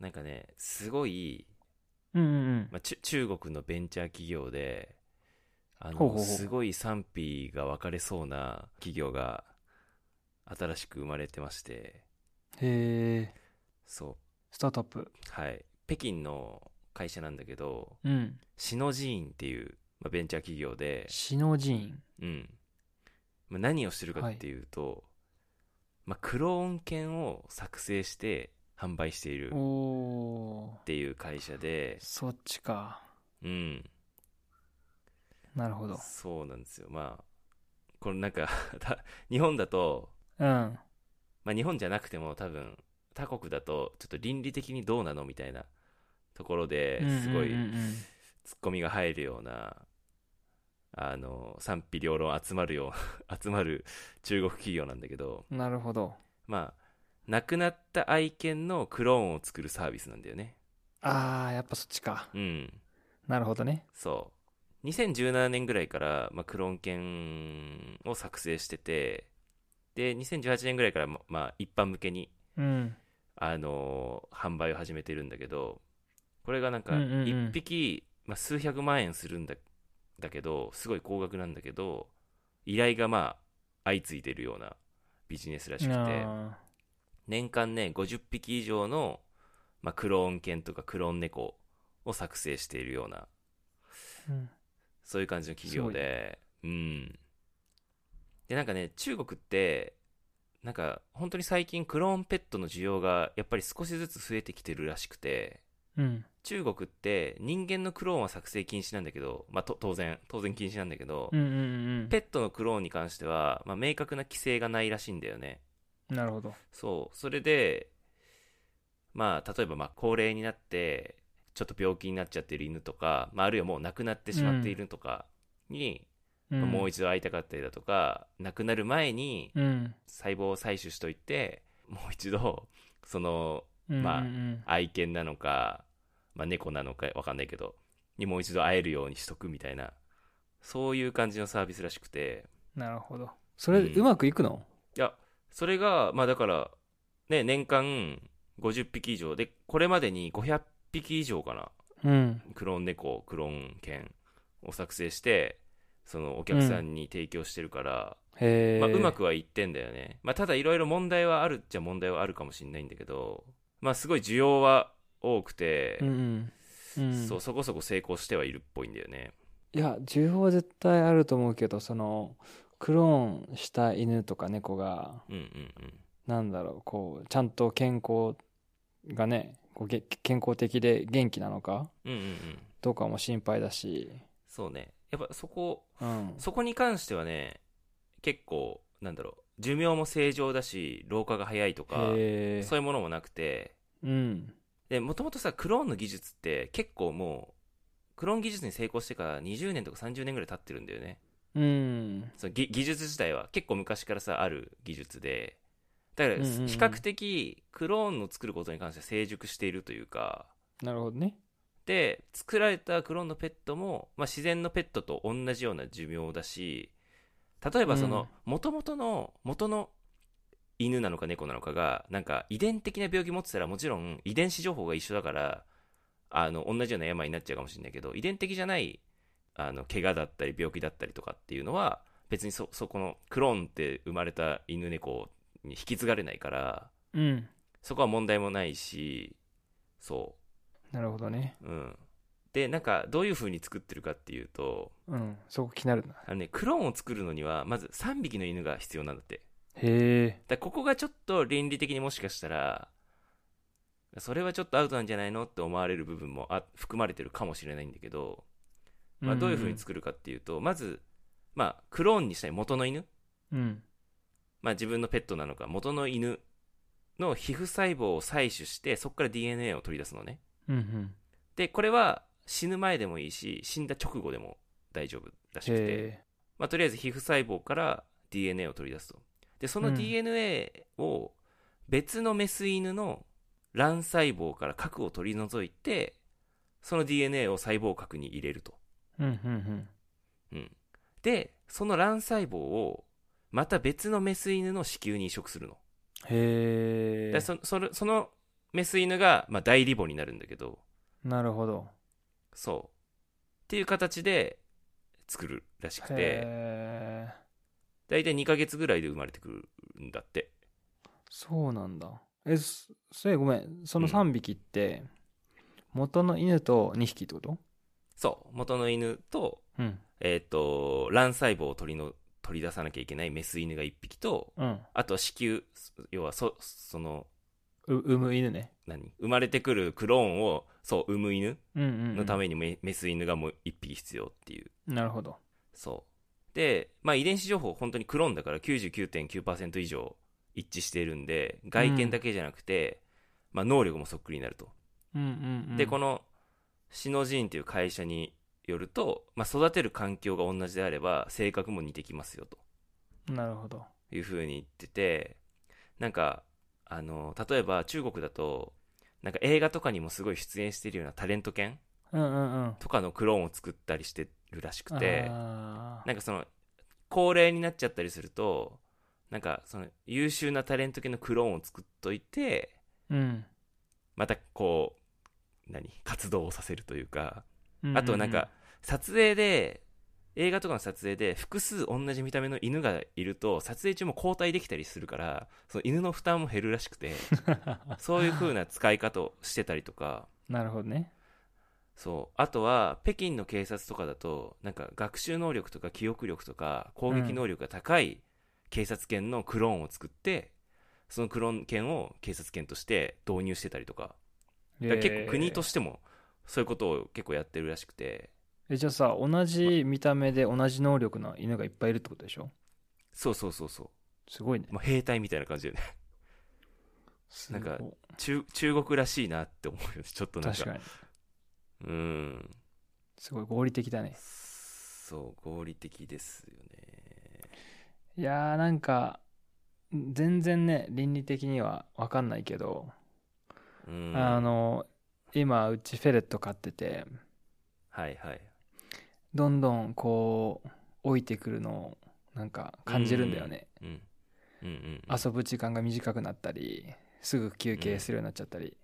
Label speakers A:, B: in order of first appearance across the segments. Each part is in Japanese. A: なんかね、すごい、
B: うんうん
A: まあ、ちゅ中国のベンチャー企業で、あの
B: ほうほうほう
A: すごい賛否が分かれそうな企業が新しく生まれてまして、
B: うん。へえ、
A: そ
B: スタートアップ
A: う。、はい。北京の会社なんだけど、
B: うん。
A: シノジーンっていう、まあ、ベンチャー企業で、
B: シノジーン。
A: うん。まあ、何をしてるかっていうと、まあ、クローン犬を作成して販売しているっ
B: おー、
A: ていう会社で、
B: そっちか。
A: うん。
B: なるほど。
A: そうなんですよ。まあ、これなんか た日本だと、
B: うん。
A: まあ、日本じゃなくても多分、他国だと、ちょっと倫理的にどうなのみたいなところで
B: うんうんうんうん
A: すごいツッコミが入るような、あの、賛否両論集まるよう、 集まる中国企業なんだけど、
B: なるほど。
A: まあ、亡くなった愛犬のクローンを作るサービスなんだよね。
B: あー、やっぱそっちか。
A: うん。
B: なるほどね。
A: そう。2017年ぐらいから、まあ、クローン犬を作成してて、で、2018年ぐらいから、ままあ、一般向けに、
B: うん。
A: あのー販売を始めてるんだけど、これがなんか、
B: うんうんうん
A: 一匹、まあ、数百万円するんだ、だけど、すごい高額なんだけど、依頼がまあ、相次いでるようなビジネスらしくて。
B: あ
A: 年間ね50匹以上の、まあ、クローン犬とかクローン猫を作成しているような
B: ーうん
A: そういう感じの企業でうんでなんかね中国ってなんか本当に最近クローンペットの需要がやっぱり少しずつ増えてきてるらしくて
B: うん。
A: 中国って人間のクローンは作成禁止なんだけど、まあ、と当然当然禁止なんだけど、
B: うんうん
A: ペットのクローンに関しては、まあ、明確な規制がないらしいんだよね
B: うん。なるほど。
A: そうそれでまあ例えばまあ高齢になってちょっと病気になっちゃってる犬とか、まあ、あるいはもう亡くなってしまっているとかに、まあもう
B: 一
A: 一度会いたかったりだとか亡くなる前に
B: うん。
A: 細胞を採取しといてもう一度その
B: うん
A: まあ
B: うんうん
A: 愛犬なのか、まあ、猫なのかわかんないけどにもう一度会えるようにしとくみたいなそういう感じのサービスらしくて
B: なるほど。それ、うまくいくの
A: いや、それが、まあだから、ね、年間50匹以上で、これまでに500匹以上かな、
B: うん。
A: クローン猫、クローン犬を作成して、そのお客さんに提供してるから、
B: へえ。
A: まあうま。くはいってんだよね。まあただいろいろ問題はあるっちゃ問題はあるかもしれないんだけど、まあすごい需要は多くて
B: う、んうん。うん
A: そう、そこそこ成功してはいるっぽいんだよね。
B: いや、需要は絶対あると思うけど、その、クローンした犬とか猫が、
A: うんうんうん。
B: なんだろう、こう、ちゃんと健康がね、こうげ健康的で元気なのか
A: うんうんうん。
B: どうかも心配だし、
A: そうね。やっぱそこ、
B: うん。
A: そこに関してはね、結構、なんだろう、寿命も正常だし、老化が早いとか、
B: へえ
A: そういうものもなくて、
B: うん。
A: で、もともとさ、クローンの技術って結構もう、クローン技術に成功してから20年とか30年ぐらい経ってるんだよね。
B: うん。
A: その技技術自体は結構昔からさ、ある技術で、だから、
B: うんうんうん
A: 比較的、クローンの作ることに関しては成熟しているというか、
B: なるほどね。
A: で作られたクローンのペットも、まあ、自然のペットと同じような寿命だし例えばその元々の元の犬なのか猫なのかがなんか遺伝的な病気持ってたらもちろん遺伝子情報が一緒だからあの同じような病になっちゃうかもしれないけど遺伝的じゃないあの怪我だったり病気だったりとかっていうのは別にそそこのクローンって生まれた犬猫に引き継がれないから
B: うん。
A: そこは問題もないしそう
B: なるほどね。
A: うん、でなんかどういう風に作ってるかっていうと
B: うん。そこ気になるな。
A: あの、ね、クローンを作るのにはまず3匹の犬が必要なんだって
B: へえ。
A: だからここがちょっと倫理的にもしかしたらそれはちょっとアウトなんじゃないのって思われる部分もあ含まれてるかもしれないんだけど、まあ、どういう風に作るかっていうと、まず、まあ、クローンにしたい元の犬、
B: うん。
A: まあ、自分のペットなのか元の犬の皮膚細胞を採取してそこから DNA を取り出すのね
B: うんうん。
A: でこれは死ぬ前でもいいし死んだ直後でも大丈夫らしくて、
B: へ
A: まあ、とりあえず皮膚細胞から DNA を取り出すとでそうの
B: ん
A: DNA を別のメス犬の卵細胞から核を取り除いてその DNA を細胞核に入れると、
B: え。うんうんうん。
A: うん、でその卵細胞をまた別のメス犬の子宮に移植するの
B: へえ。
A: でそそれそのメス犬が、まあ、大リボになるんだけど
B: なるほど
A: そうっていう形で作るらしくて
B: へえ
A: 大体2ヶ月ぐらいで生まれてくるんだって
B: そうなんだえそそれごめんその
A: うん
B: 3匹って、元の犬と2匹ってこと
A: そう元の犬と
B: うん
A: えっ、と卵細胞を取りの取り出さなきゃいけないメス犬が1匹と
B: うん
A: あとは子宮要はそその
B: う産む犬ね
A: 何生まれてくるクローンをそう産む犬
B: うんうん、うん、
A: のためにメ,、メス犬がもう1匹必要っていう
B: なるほど
A: そうで、まあ、遺伝子情報本当にクローンだから99.9%以上一致しているんで外見だけじゃなくて、まあ、能力もそっくりになると、
B: うんうん、うん、
A: でこのシノジーンという会社によると、まあ、育てる環境が同じであれば性格も似てきますよと
B: なるほど
A: いうふうに言っててなんかあの例えば中国だとなんか映画とかにもすごい出演しているようなタレント犬
B: うんうんうん
A: とかのクローンを作ったりしてるらしくて
B: あー
A: なんかその高齢になっちゃったりするとなんかその優秀なタレント系のクローンを作っといて
B: うん
A: またこう何活動をさせるというか
B: うう
A: あとなんか撮影で映画とかの撮影で複数同じ見た目の犬がいると撮影中も交代できたりするからその犬の負担も減るらしくてそういう風な使い方をしてたりとか
B: なるほどね
A: そうあとは北京の警察とかだとなんか学習能力とか記憶力とか攻撃能力が高い警察犬のクローンを作って、そのクローン犬を警察犬として導入してたりとかだから結構国と
B: して
A: してもそういうことを結構やってるらしくて
B: えじゃあさ同じ見た目で同じ能力の犬がいっぱいいるってことでしょ
A: そうそうそうそ
B: すごいね
A: う、まあ、兵隊みたいな感じでね なんか
B: すご
A: 中中国らしいなって思うよねちょっとなんか
B: 確かに
A: うん
B: すごい合理的だね
A: そう合理的ですよね
B: いやーなんか全然ね倫理的には分かんないけど、
A: うん
B: あの今うちフェレット飼ってて
A: はいはい
B: どんどんこう老いてくるのをなんか感じるんだよね、
A: うんうんうん
B: 遊ぶ時間が短くなったりすぐ休憩するようになっちゃったり、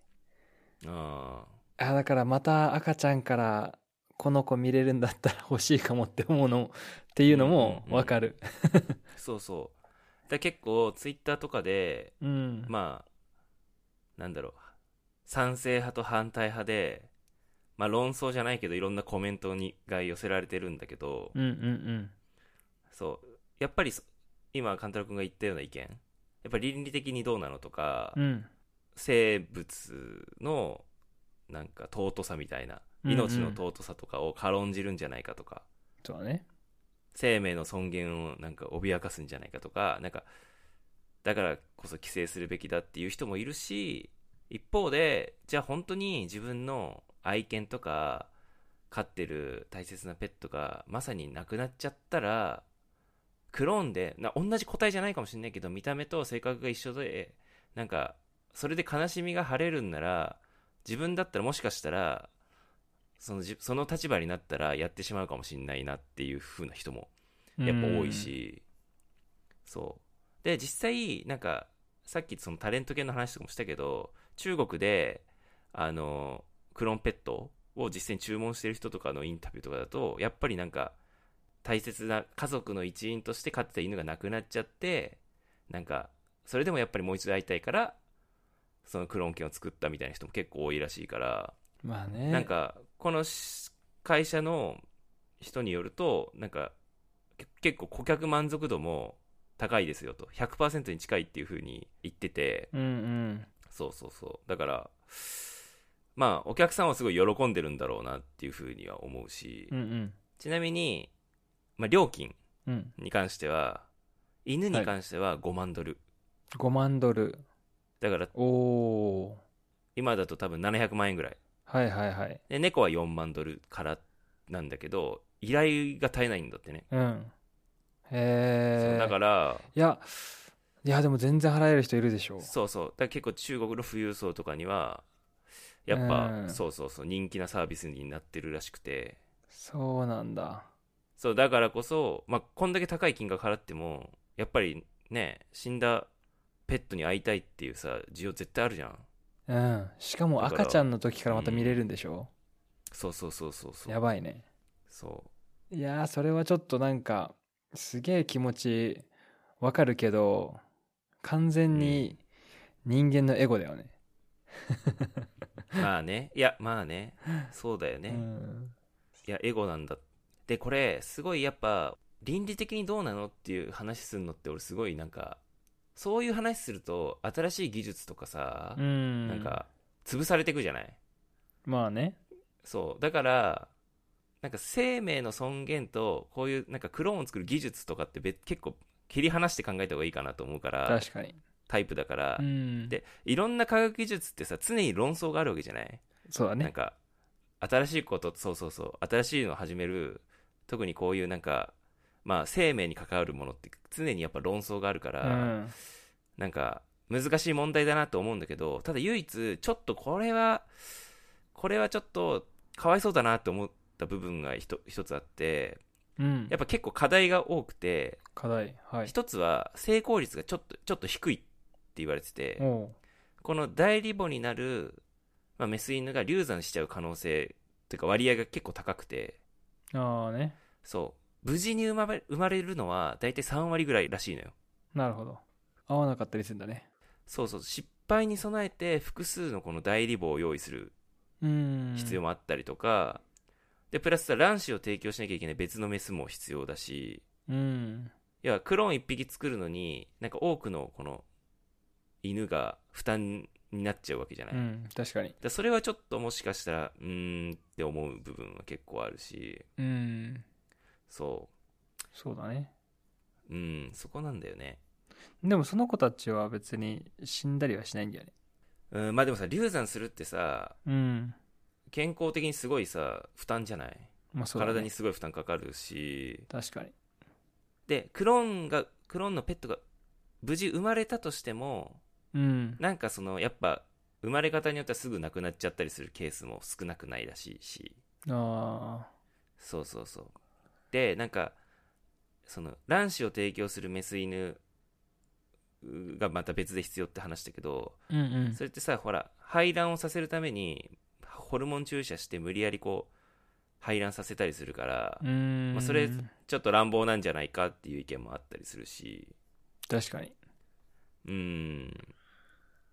A: ああ
B: あだからまた赤ちゃんからこの子見れるんだったら欲しいかもって思うのっていうのも分かる
A: そうそう。だから結構、ツイッターとかで、
B: うん
A: まあ、なんだろう、賛成派と反対派で、まあ論争じゃないけど、いろんなコメントにが寄せられてるんだけど、
B: うんうん
A: そう、やっぱりそ、今、勘太郎くんが言ったような意見、やっぱり倫理的にどうなのとか、
B: うんうん
A: 生物の、なんか尊さみたいな、
B: うんうん
A: 命の尊さとかを軽んじるんじゃないかとか、
B: そうだね
A: 生命の尊厳をなんか脅かすんじゃないかとかなんかだからこそ規制するべきだっていう人もいるし一方でじゃあ本当に自分の愛犬とか飼ってる大切なペットがまさになくなっちゃったらクローンでな同じ個体じゃないかもしれないけど見た目と性格が一緒でなんかそれで悲しみが晴れるんなら自分だったらもしかしたらそのじその立場になったらやってしまうかもしれないなっていう風な人もやっぱ多いし、そうで実際なんかさっきそのタレント系の話とかもしたけど中国であのクローンペットを実際に注文してる人とかのインタビューとかだとやっぱりなんか大切な家族の一員として飼ってた犬が亡くなっちゃってなんかそれでもやっぱりもう一度会いたいからそのクローン犬を作ったみたいな人も結構多いらしいから
B: うんまあね
A: なんかこのし会社の人によるとなんかけ結構顧客満足度も高いですよと100%に近いっていう風に言ってて
B: うんうん
A: そうそうそうだからまあお客さんはすごい喜んでるんだろうなっていう風には思うし、
B: うんうん
A: ちなみに、まあ、料金
B: うん
A: に関しては犬に関しては5万ドル、
B: 5万ドル
A: だから
B: おお
A: 今だと多分700万円ぐらい
B: ーはいはいはい
A: で猫は4万ドルからなんだけど依頼が絶えないんだってね
B: うん
A: そう
B: へえ
A: だから
B: いやいやでも全然払える人いるでしょ
A: そうそうだから結構中国の富裕層とかにはやっぱ、
B: うん
A: そうそうそう人気なサービスになってるらしくて
B: そうなんだ
A: そうだからこそ、まあ、こんだけ高い金額払ってもやっぱりね死んだペットに会いたいっていうさ需要絶対あるじゃん
B: ううん。しかも
A: だから
B: 赤ちゃんの時からまた見れるんでしょ、
A: そうそうそうそうそう
B: やばいね。
A: そ
B: いやー、それはちょっとなんか、すげえ気持ちわかるけど、完全に人間のエゴだよね。
A: うまあねいやまあねそうだよね、
B: うん。
A: いやエゴなんだでこれすごいやっぱ倫理的にどうなのっていう話するのって俺すごいなんかそういう話すると新しい技術とかさ、
B: うん
A: なん、か潰されていくじゃない
B: まあね。
A: そうだからなんか生命の尊厳とこういうなんかクローンを作る技術とかって別結構切り離して考えた方がいいかなと思うから
B: 確かに。
A: タイプだから、
B: うん。
A: でいろんな科学技術ってさ常に論争があるわけじゃない
B: そうだ
A: なん
B: ね。
A: か新しいことそうそうそう新しいのを始める特にこういうなんかまあ生命に関わるものって常にやっぱ論争があるか
B: う
A: ら、
B: ん。
A: なんか難しい問題だなと思うんだけどただ唯一ちょっとこれはこれはちょっとかわいそうだなと思った部分がひと一つあって
B: うん。
A: やっぱ結構課題が多くて
B: 課題。はい。
A: 一つは成功率がちょっとちょっと低いって言われてて、
B: おう
A: この代理母になる、まあ、メス犬が流産しちゃう可能性というか割合が結構高くて
B: ああね。
A: そう無事に生まれ生まれるのは大体3割ぐらいらしいのよ
B: なるほど。合わなかったりするんだね。
A: そうそう失敗に備えて複数のこの代理母を用意する
B: うん。
A: 必要もあったりとか、でプラスさ卵子を提供しなきゃいけない別のメスも必要だし
B: うん。
A: 要はクローン1匹作るのになんか多くのこの犬が負担になっちゃうわけじゃない、
B: うん。確かに。
A: でそれはちょっともしかしたらうーんって思う部分は結構あるし
B: うん。
A: そ
B: そうだね。
A: ううんそこなんだよね
B: でもその子たちは別に死んだりはしないんだよね。
A: うんまあでもさ流産するってさ
B: うん。
A: 健康的にすごいさ負担じゃない、
B: まあそうだね、
A: 体にすごい負担かかるし
B: 確かに。
A: でクローンがクローンのペットが無事生まれたとしても
B: うん。
A: なんかそのやっぱ生まれ方によってはすぐ亡くなっちゃったりするケースも少なくないらしいし
B: あ
A: そうそうそうでなんかその卵子を提供するメス犬がまた別で必要って話だけど、
B: あ。うんうん
A: そ。れってさほら排卵をさせるためにホルモン注射して無理やりこう排卵させたりするから、
B: うん。
A: まあそれちょっと乱暴なんじゃないかっていう意見もあったりするし
B: 確かに。
A: うん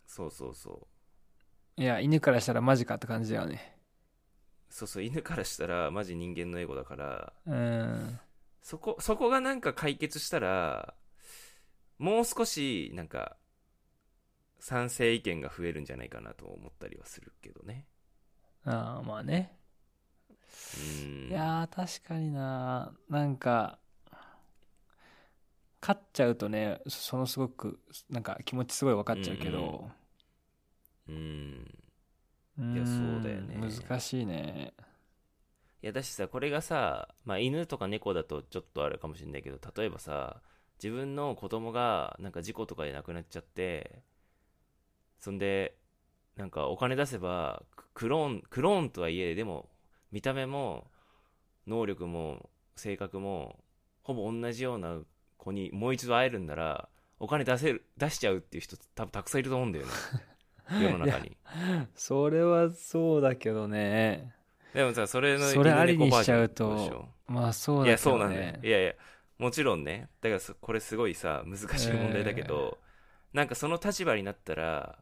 A: そうそうそう
B: いや、犬からしたらマジかって感じだよね。
A: そうそう犬からしたらマジ人間のエゴだから
B: うん。
A: そこそこがなんか解決したらもう少しなんか賛成意見が増えるんじゃないかなと思ったりはするけどね
B: ああ、まあね。
A: うん
B: いやー、確かにな。なんか、勝っちゃうとね、そそのすごく、なんか気持ちすごい分かっちゃうけど。
A: うん
B: うん
A: いやそうだよね
B: 難し いね。
A: いやだしさこれがさ、まあ、犬とか猫だとちょっとあるかもしれないけど例えばさ自分の子供がなんか事故とかで亡くなっちゃってそんでなんかお金出せばククローンクローンとはいえでも見た目も能力も性格もほぼ同じような子にもう一度会えるんならお金出せる出しちゃうっていう人多分たくさんいると思うんだよ ね世の中に
B: それはそうだけどね。
A: でもさそれの
B: それありにしちゃう
A: 犬猫バージョンってこでし
B: と
A: ょ、
B: まあそう
A: い
B: だ
A: や
B: け
A: そう
B: ど
A: なんだよ
B: ね。
A: いやいやもちろんねだからそこれすごいさ難しい問題だけど、なんかその立場になったら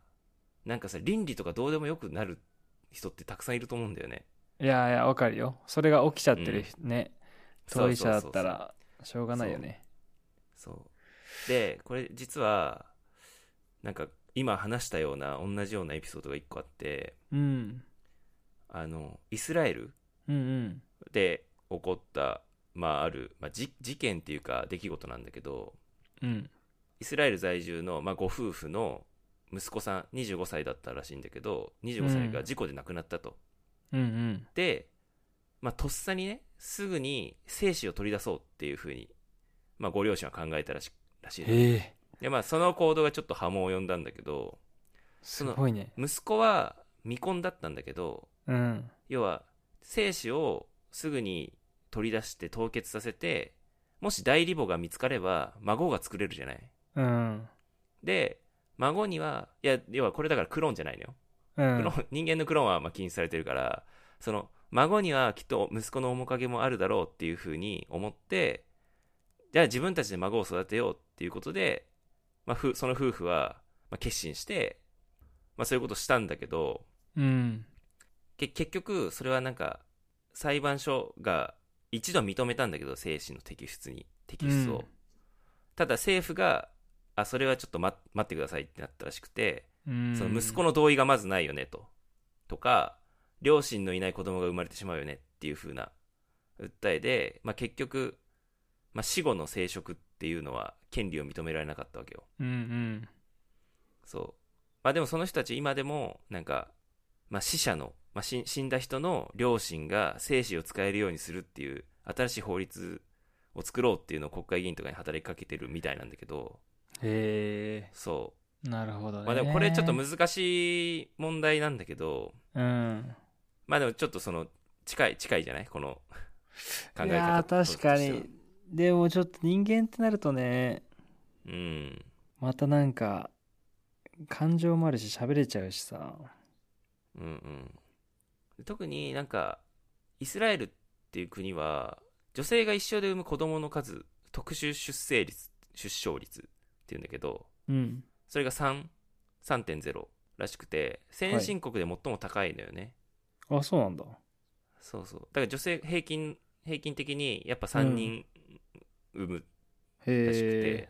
A: なんかさ倫理とかどうでもよくなる人ってたくさんいると思うんだよね
B: いやいや、わかるよ。それが起きちゃってるね。当事者だっ
A: そう
B: た
A: そうそう
B: ら、しょうがないよね。
A: そうそうでこれ実はなんか今話したような同じようなエピソードが一個あって
B: うん。
A: あのイスラエル
B: うんうん。
A: で起こったまあある、まあ、じ事件っていうか出来事なんだけど
B: うん。
A: イスラエル在住の、まあ、ご夫婦の息子さん25歳だったらしいんだけど25歳が事故で亡くなったと、
B: うんうん。
A: で、まあ、とっさにねすぐに精子を取り出そうっていうふうに、まあ、ご両親は考えたらしらしいの
B: へえ。
A: で、まあ、その行動がちょっと波紋を呼んだんだけど
B: すごいね。
A: 息子は未婚だったんだけど
B: うん。
A: 要は精子をすぐに取り出して凍結させてもし代理母が見つかれば孫が作れるじゃない
B: うん。
A: で、孫には、いや、要はこれだからクローンじゃないのよ。
B: う
A: クロ
B: ん
A: ーン人間のクローンはまあ禁止されてるからその孫にはきっと息子の面影もあるだろうっていうふうに思ってじゃあ自分たちで孫を育てようっていうことで、まあ、ふその夫婦はまあ決心して、まあ、そういうことしたんだけど
B: うん
A: け結局それはなんか裁判所が一度認めたんだけど精神の摘出に摘出を、ただ政府があそれはちょっと待待ってくださいってなったらしくて
B: うん
A: その息子の同意がまずないよねと。とか、両親のいない子供が生まれてしまうよねっていう風な訴えで、まあ、結局、まあ、死後の生殖っていうのは権利を認められなかったわけよ。
B: うんうん
A: そう。まあでもその人たち今でも、なんか、まあ、死者の、まあ、死死んだ人の両親が精子を使えるようにするっていう新しい法律を作ろうっていうのを国会議員とかに働きかけてるみたいなんだけど、
B: へ
A: そう。
B: えなるほどね
A: まあでもこれちょっと難しい問題なんだけど、
B: うん
A: まあでもちょっとその近い近いじゃないこの考え方
B: いやー
A: と
B: 確かに
A: としては
B: でもちょっと人間ってなるとね
A: うん
B: またなんか感情もあるし喋れちゃうしさ
A: うんうん特になんかイスラエルっていう国は女性が一生で産む子供の数特殊出生率出生率っていうんだけど
B: うん
A: それが3 3.0らしくて先進国で最も高いのよね、
B: あそうなんだ
A: そうそうだから女性平均平均的にやっぱ3人産むらしくて、
B: へえ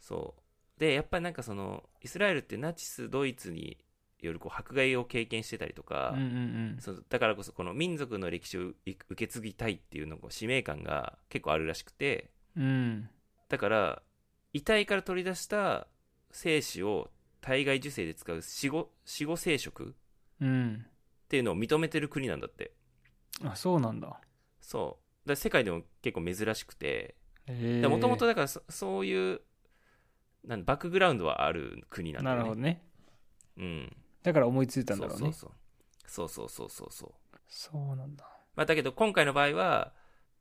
A: そうでやっぱりなんかそのイスラエルってナチスドイツによるこう迫害を経験してたりとか、
B: うんうん
A: そうだからこそこの民族の歴史をい受け継ぎたいっていうのこう使命感が結構あるらしくて
B: うんうん
A: だから遺体から取り出した精子を体外受精で使う死後死後生殖っ
B: うん
A: ていうのを認めてる国なんだって
B: あそうなんだ
A: そうだから世界でも結構珍しくて
B: へえ
A: もともとだからそそういうなんバックグラウンドはある国なんだ
B: な
A: よ
B: る
A: ね
B: ほどね
A: うん、
B: だから思いついたんだろうね
A: そうそうそうそうそうそうそう
B: そうなんだ
A: まあだけど今回の場合は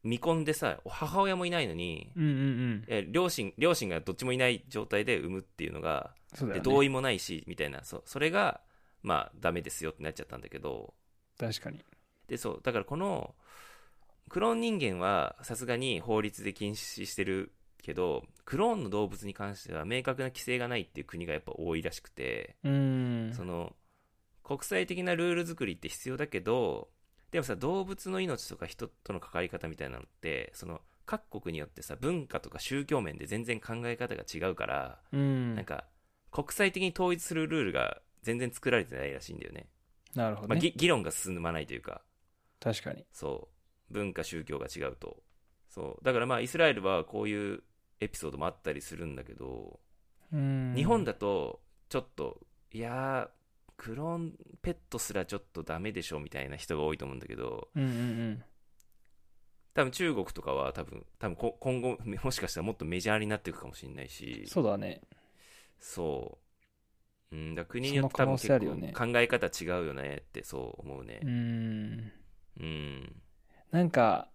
A: 未婚でさ母親もいないのに、
B: うんうんうん
A: え両親両親がどっちもいない状態で産むっていうのが、
B: そうだ
A: で
B: よ
A: 同
B: ね
A: 意もないしみたいなそうそれがまあダメですよってなっちゃったんだけど
B: 確かに
A: でそうだからこのクローン人間はさすがに法律で禁止してるけどクローンの動物に関しては明確な規制がないっていう国がやっぱ多いらしくて、
B: うん
A: その国際的なルール作りって必要だけどでもさ動物の命とか人との関わり方みたいなのってその各国によってさ文化とか宗教面で全然考え方が違うから、
B: うん
A: なんか国際的に統一するルールが全然作られてないらしいんだよね
B: なるほど
A: まあ、
B: ね
A: ぎ議論が進まないというか
B: 確かに
A: そう文化宗教が違うとそうだからまあイスラエルはこういうエピソードもあったりするんだけど
B: うん
A: 日本だとちょっといやークローンペットすらちょっとダメでしょみたいな人が多いと思うんだけど
B: うんうん
A: 多分中国とかは多分多分こ今後 もしかしたらもっとメジャーになっていくかもしれない
B: うん
A: し
B: そうだね
A: そう、うん、だから国によって多分
B: そ
A: 結
B: の可能性あるよね
A: 構考え方違うよねってそう思うね
B: うん
A: うん
B: なんか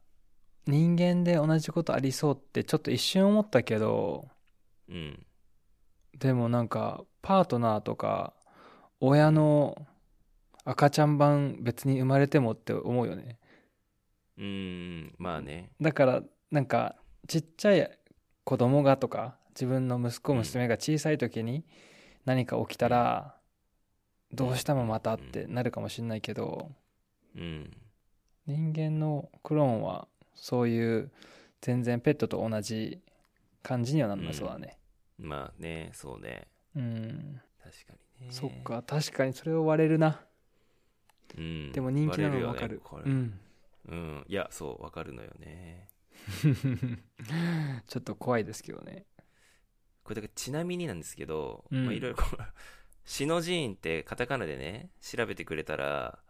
B: 人間で同じことありそうってちょっと一瞬思ったけど
A: うん
B: でもなんかパートナーとか親の赤ちゃん版別に生まれてもって思うよね
A: うんまあね
B: だからなんかちっちゃい子供がとか自分の息子娘が小さい時に何か起きたらどうしてもまたってなるかもしれないけど
A: うん
B: 人間のクローンはそういう全然ペットと同じ感じにはなんなそうだね
A: まあねそうね
B: うん、
A: 確かにね
B: そっか確かにそれを割れるな
A: うん
B: でも人気なの
A: 割れ
B: も
A: よ
B: わ
A: ね
B: かる
A: これ
B: うん
A: うん、いやそうわかるのよね
B: ちょっと怖いですけどね。
A: これだからちなみになんですけど、
B: うん
A: まあいろいろこう 「シノ寺院」ってカタカナでね調べてくれたら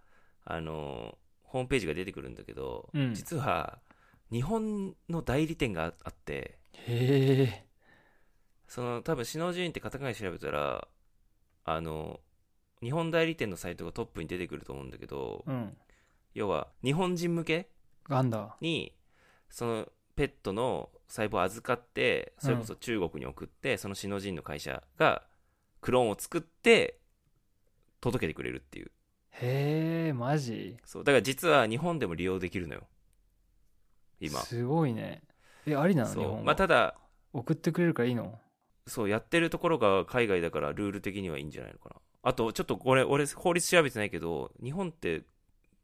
A: あのホームページが出てくるんだけど、
B: うん
A: 実は日本の代理店がああって
B: へえ。
A: その多分シノ寺院ってカタカナで調べたらあの日本代理店のサイトがトップに出てくると思うんだけど、
B: うん。
A: 要は日本人向け
B: ガンダ。
A: にそのペットの細胞を預かってそれこそ中国に送って、そのシノジンの会社がクローンを作って届けてくれるっていう
B: へえマジ
A: そうだから実は日本でも利用できるのよ今
B: すごいねえありなの日
A: そ
B: 本
A: う、
B: は
A: まあ、ただ
B: 送ってくれるからいいの
A: そうやってるところが海外だからルール的にはいいんじゃないのかなあとちょっとこれ俺法律調べてないけど日本って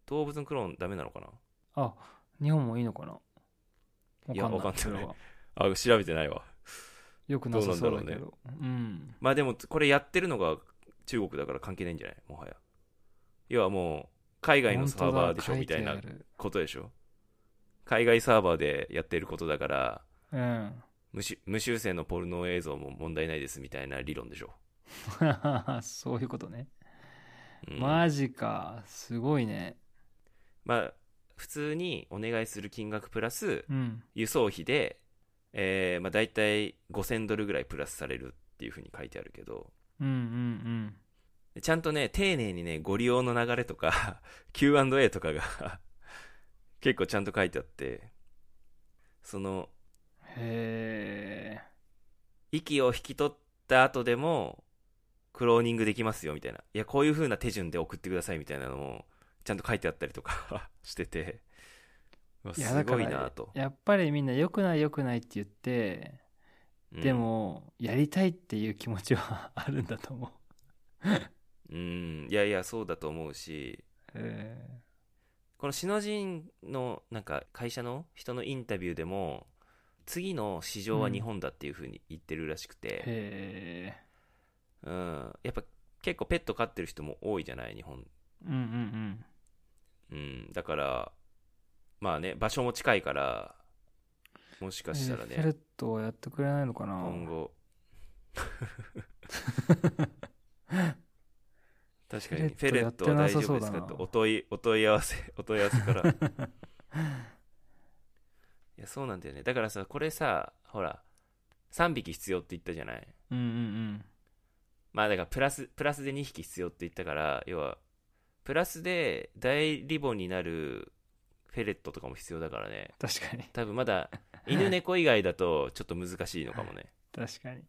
A: 動物のクローンダメなのかな
B: あ日本もいいのかなわかんない
A: いやわかんない
B: それは
A: あ調べてないわ
B: よくなさそうだけど
A: ど
B: うん
A: まあでもこれやってるのが中国だから関係ないんじゃないもはや要はもう海外のサーバーでしょ
B: 本
A: み
B: 当
A: た
B: だ
A: いな
B: 書てある
A: ことでしょ海外サーバーでやってることだから
B: うん
A: 無修無修正のポルノ映像も問題ないですみたいな理論でしょ、
B: そういうことね、
A: うん
B: マジかすごいね
A: まあ普通にお願いする金額プラス
B: うん
A: 輸送費で、えーまあ、大体5000ドルぐらいプラスされるっていうふうに書いてあるけど
B: うんうん
A: ちゃんとね丁寧にねご利用の流れとか Q&A とかが 結構ちゃんと書いてあってその
B: うんへえ
A: 息を引き取った後でもクローニングできますよみたいないやこういう風な手順で送ってくださいみたいなのもちゃんと書いてあったりとか しててうわ
B: い
A: す
B: やだか
A: ご
B: ら
A: いなと、
B: やっぱりみんな良くない良くないって言って
A: うん
B: でもやりたいっていう気持ちはあるんだと思
A: う
B: う、
A: んいやいやそうだと思うし
B: え
A: このシノジンのなんか会社の人のインタビューでも次の市場は日本だっていう風に言ってるらしく
B: ー
A: て、
B: へ
A: うんやっぱ結構ペット飼ってる人も多いじゃない日本、
B: ーうん
A: う
B: うん
A: ん、だからまあね場所も近いからもし
B: うん
A: かしたら
B: エッフェ
A: ね
B: ルトはやってくれないのかな
A: 今 後確かにフ
B: フェ
A: ェレ
B: レ
A: ッ
B: ッ
A: ト
B: ト
A: は
B: や
A: 大
B: って
A: 丈
B: なさそ
A: 夫
B: う
A: で
B: だ
A: す
B: な
A: かとお問いお問い合わせ お問い合わせからいやそうなんだよねだからさこれさほら3匹必要って言ったじゃない
B: うんうん
A: まあだからプラスプラスで2匹必要って言ったから要はプラスで大リボンになるフェレットとかも必要だからね
B: 確かに
A: 多分まだ犬猫以外だとちょっと難しいのかもね
B: 確かに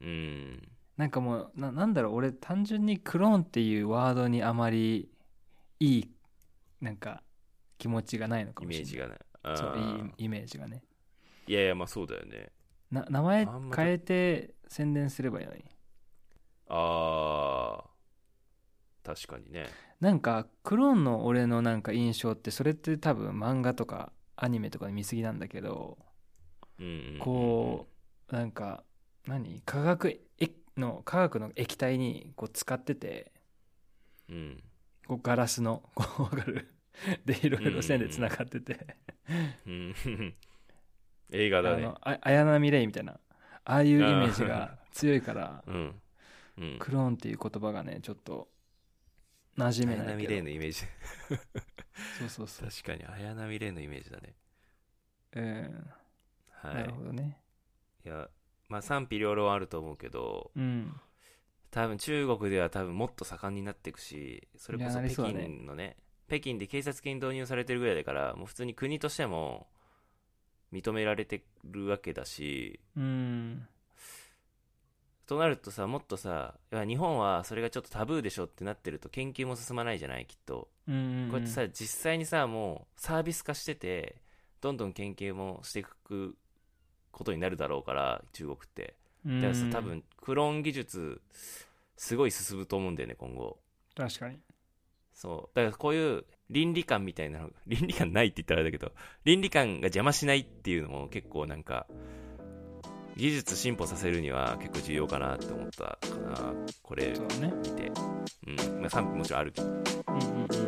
A: うん
B: なんかもうななんだろう俺単純にクローンっていうワードにあまりいいなんか気持ちがないのか
A: イ
B: も
A: メ
B: しれ
A: ー
B: ない
A: ジがね
B: そう
A: あ
B: いいイメージがね
A: ーいやいやまあそうだよね
B: な名前
A: あんまり
B: 変えて宣伝すればいいのに
A: あー確かにね
B: なんかクローンの俺のなんか印象ってそれって多分漫画とかアニメとかで見過ぎなんだけど
A: うんうんうんうん
B: こうなんか何化学液の化学の液体にこう使ってて
A: うん
B: こうガラスの こう分かるでいろいろ線でつながってて、
A: うん 映画だ
B: あ
A: ね
B: のあ綾波レイみたいなああいうイメージが強いから
A: うんうん
B: クローンっていう言葉がねちょっと馴染め
A: 綾
B: ない
A: 波
B: け
A: レイ
B: ど
A: のイメージ
B: そうそうそう、
A: 確かに綾波レイのイメージだね
B: うん
A: は
B: ないるほどね
A: いやまあ賛否両論あると思うけど
B: うん
A: 多分中国では多分もっと盛んになっていくしそれこ
B: いや
A: そ
B: なりそう
A: 北
B: だ
A: 京
B: ね
A: のね北京で警察犬導入されてるぐらいだからもう普通に国としても認められてるわけだし
B: うん
A: となるとさもっとさいや日本はそれがちょっとタブーでしょってなってると研究も進まないじゃないきっと
B: うんうんうん
A: こうやってさ、実際にさもうサービス化しててどんどん研究もしていくことになるだろうから中国ってだからさ
B: うん
A: 多分クローン技術すごい進むと思うんだよね今後
B: 確かに
A: そうだからこういう倫理観みたいなの倫理観ないって言ったらあれだけど倫理観が邪魔しないっていうのも結構なんか技術進歩させるには結構重要かなって思ったかなこれ
B: そうだね
A: 見て、うんまあ、賛否もちろんあるけど
B: うんうんうん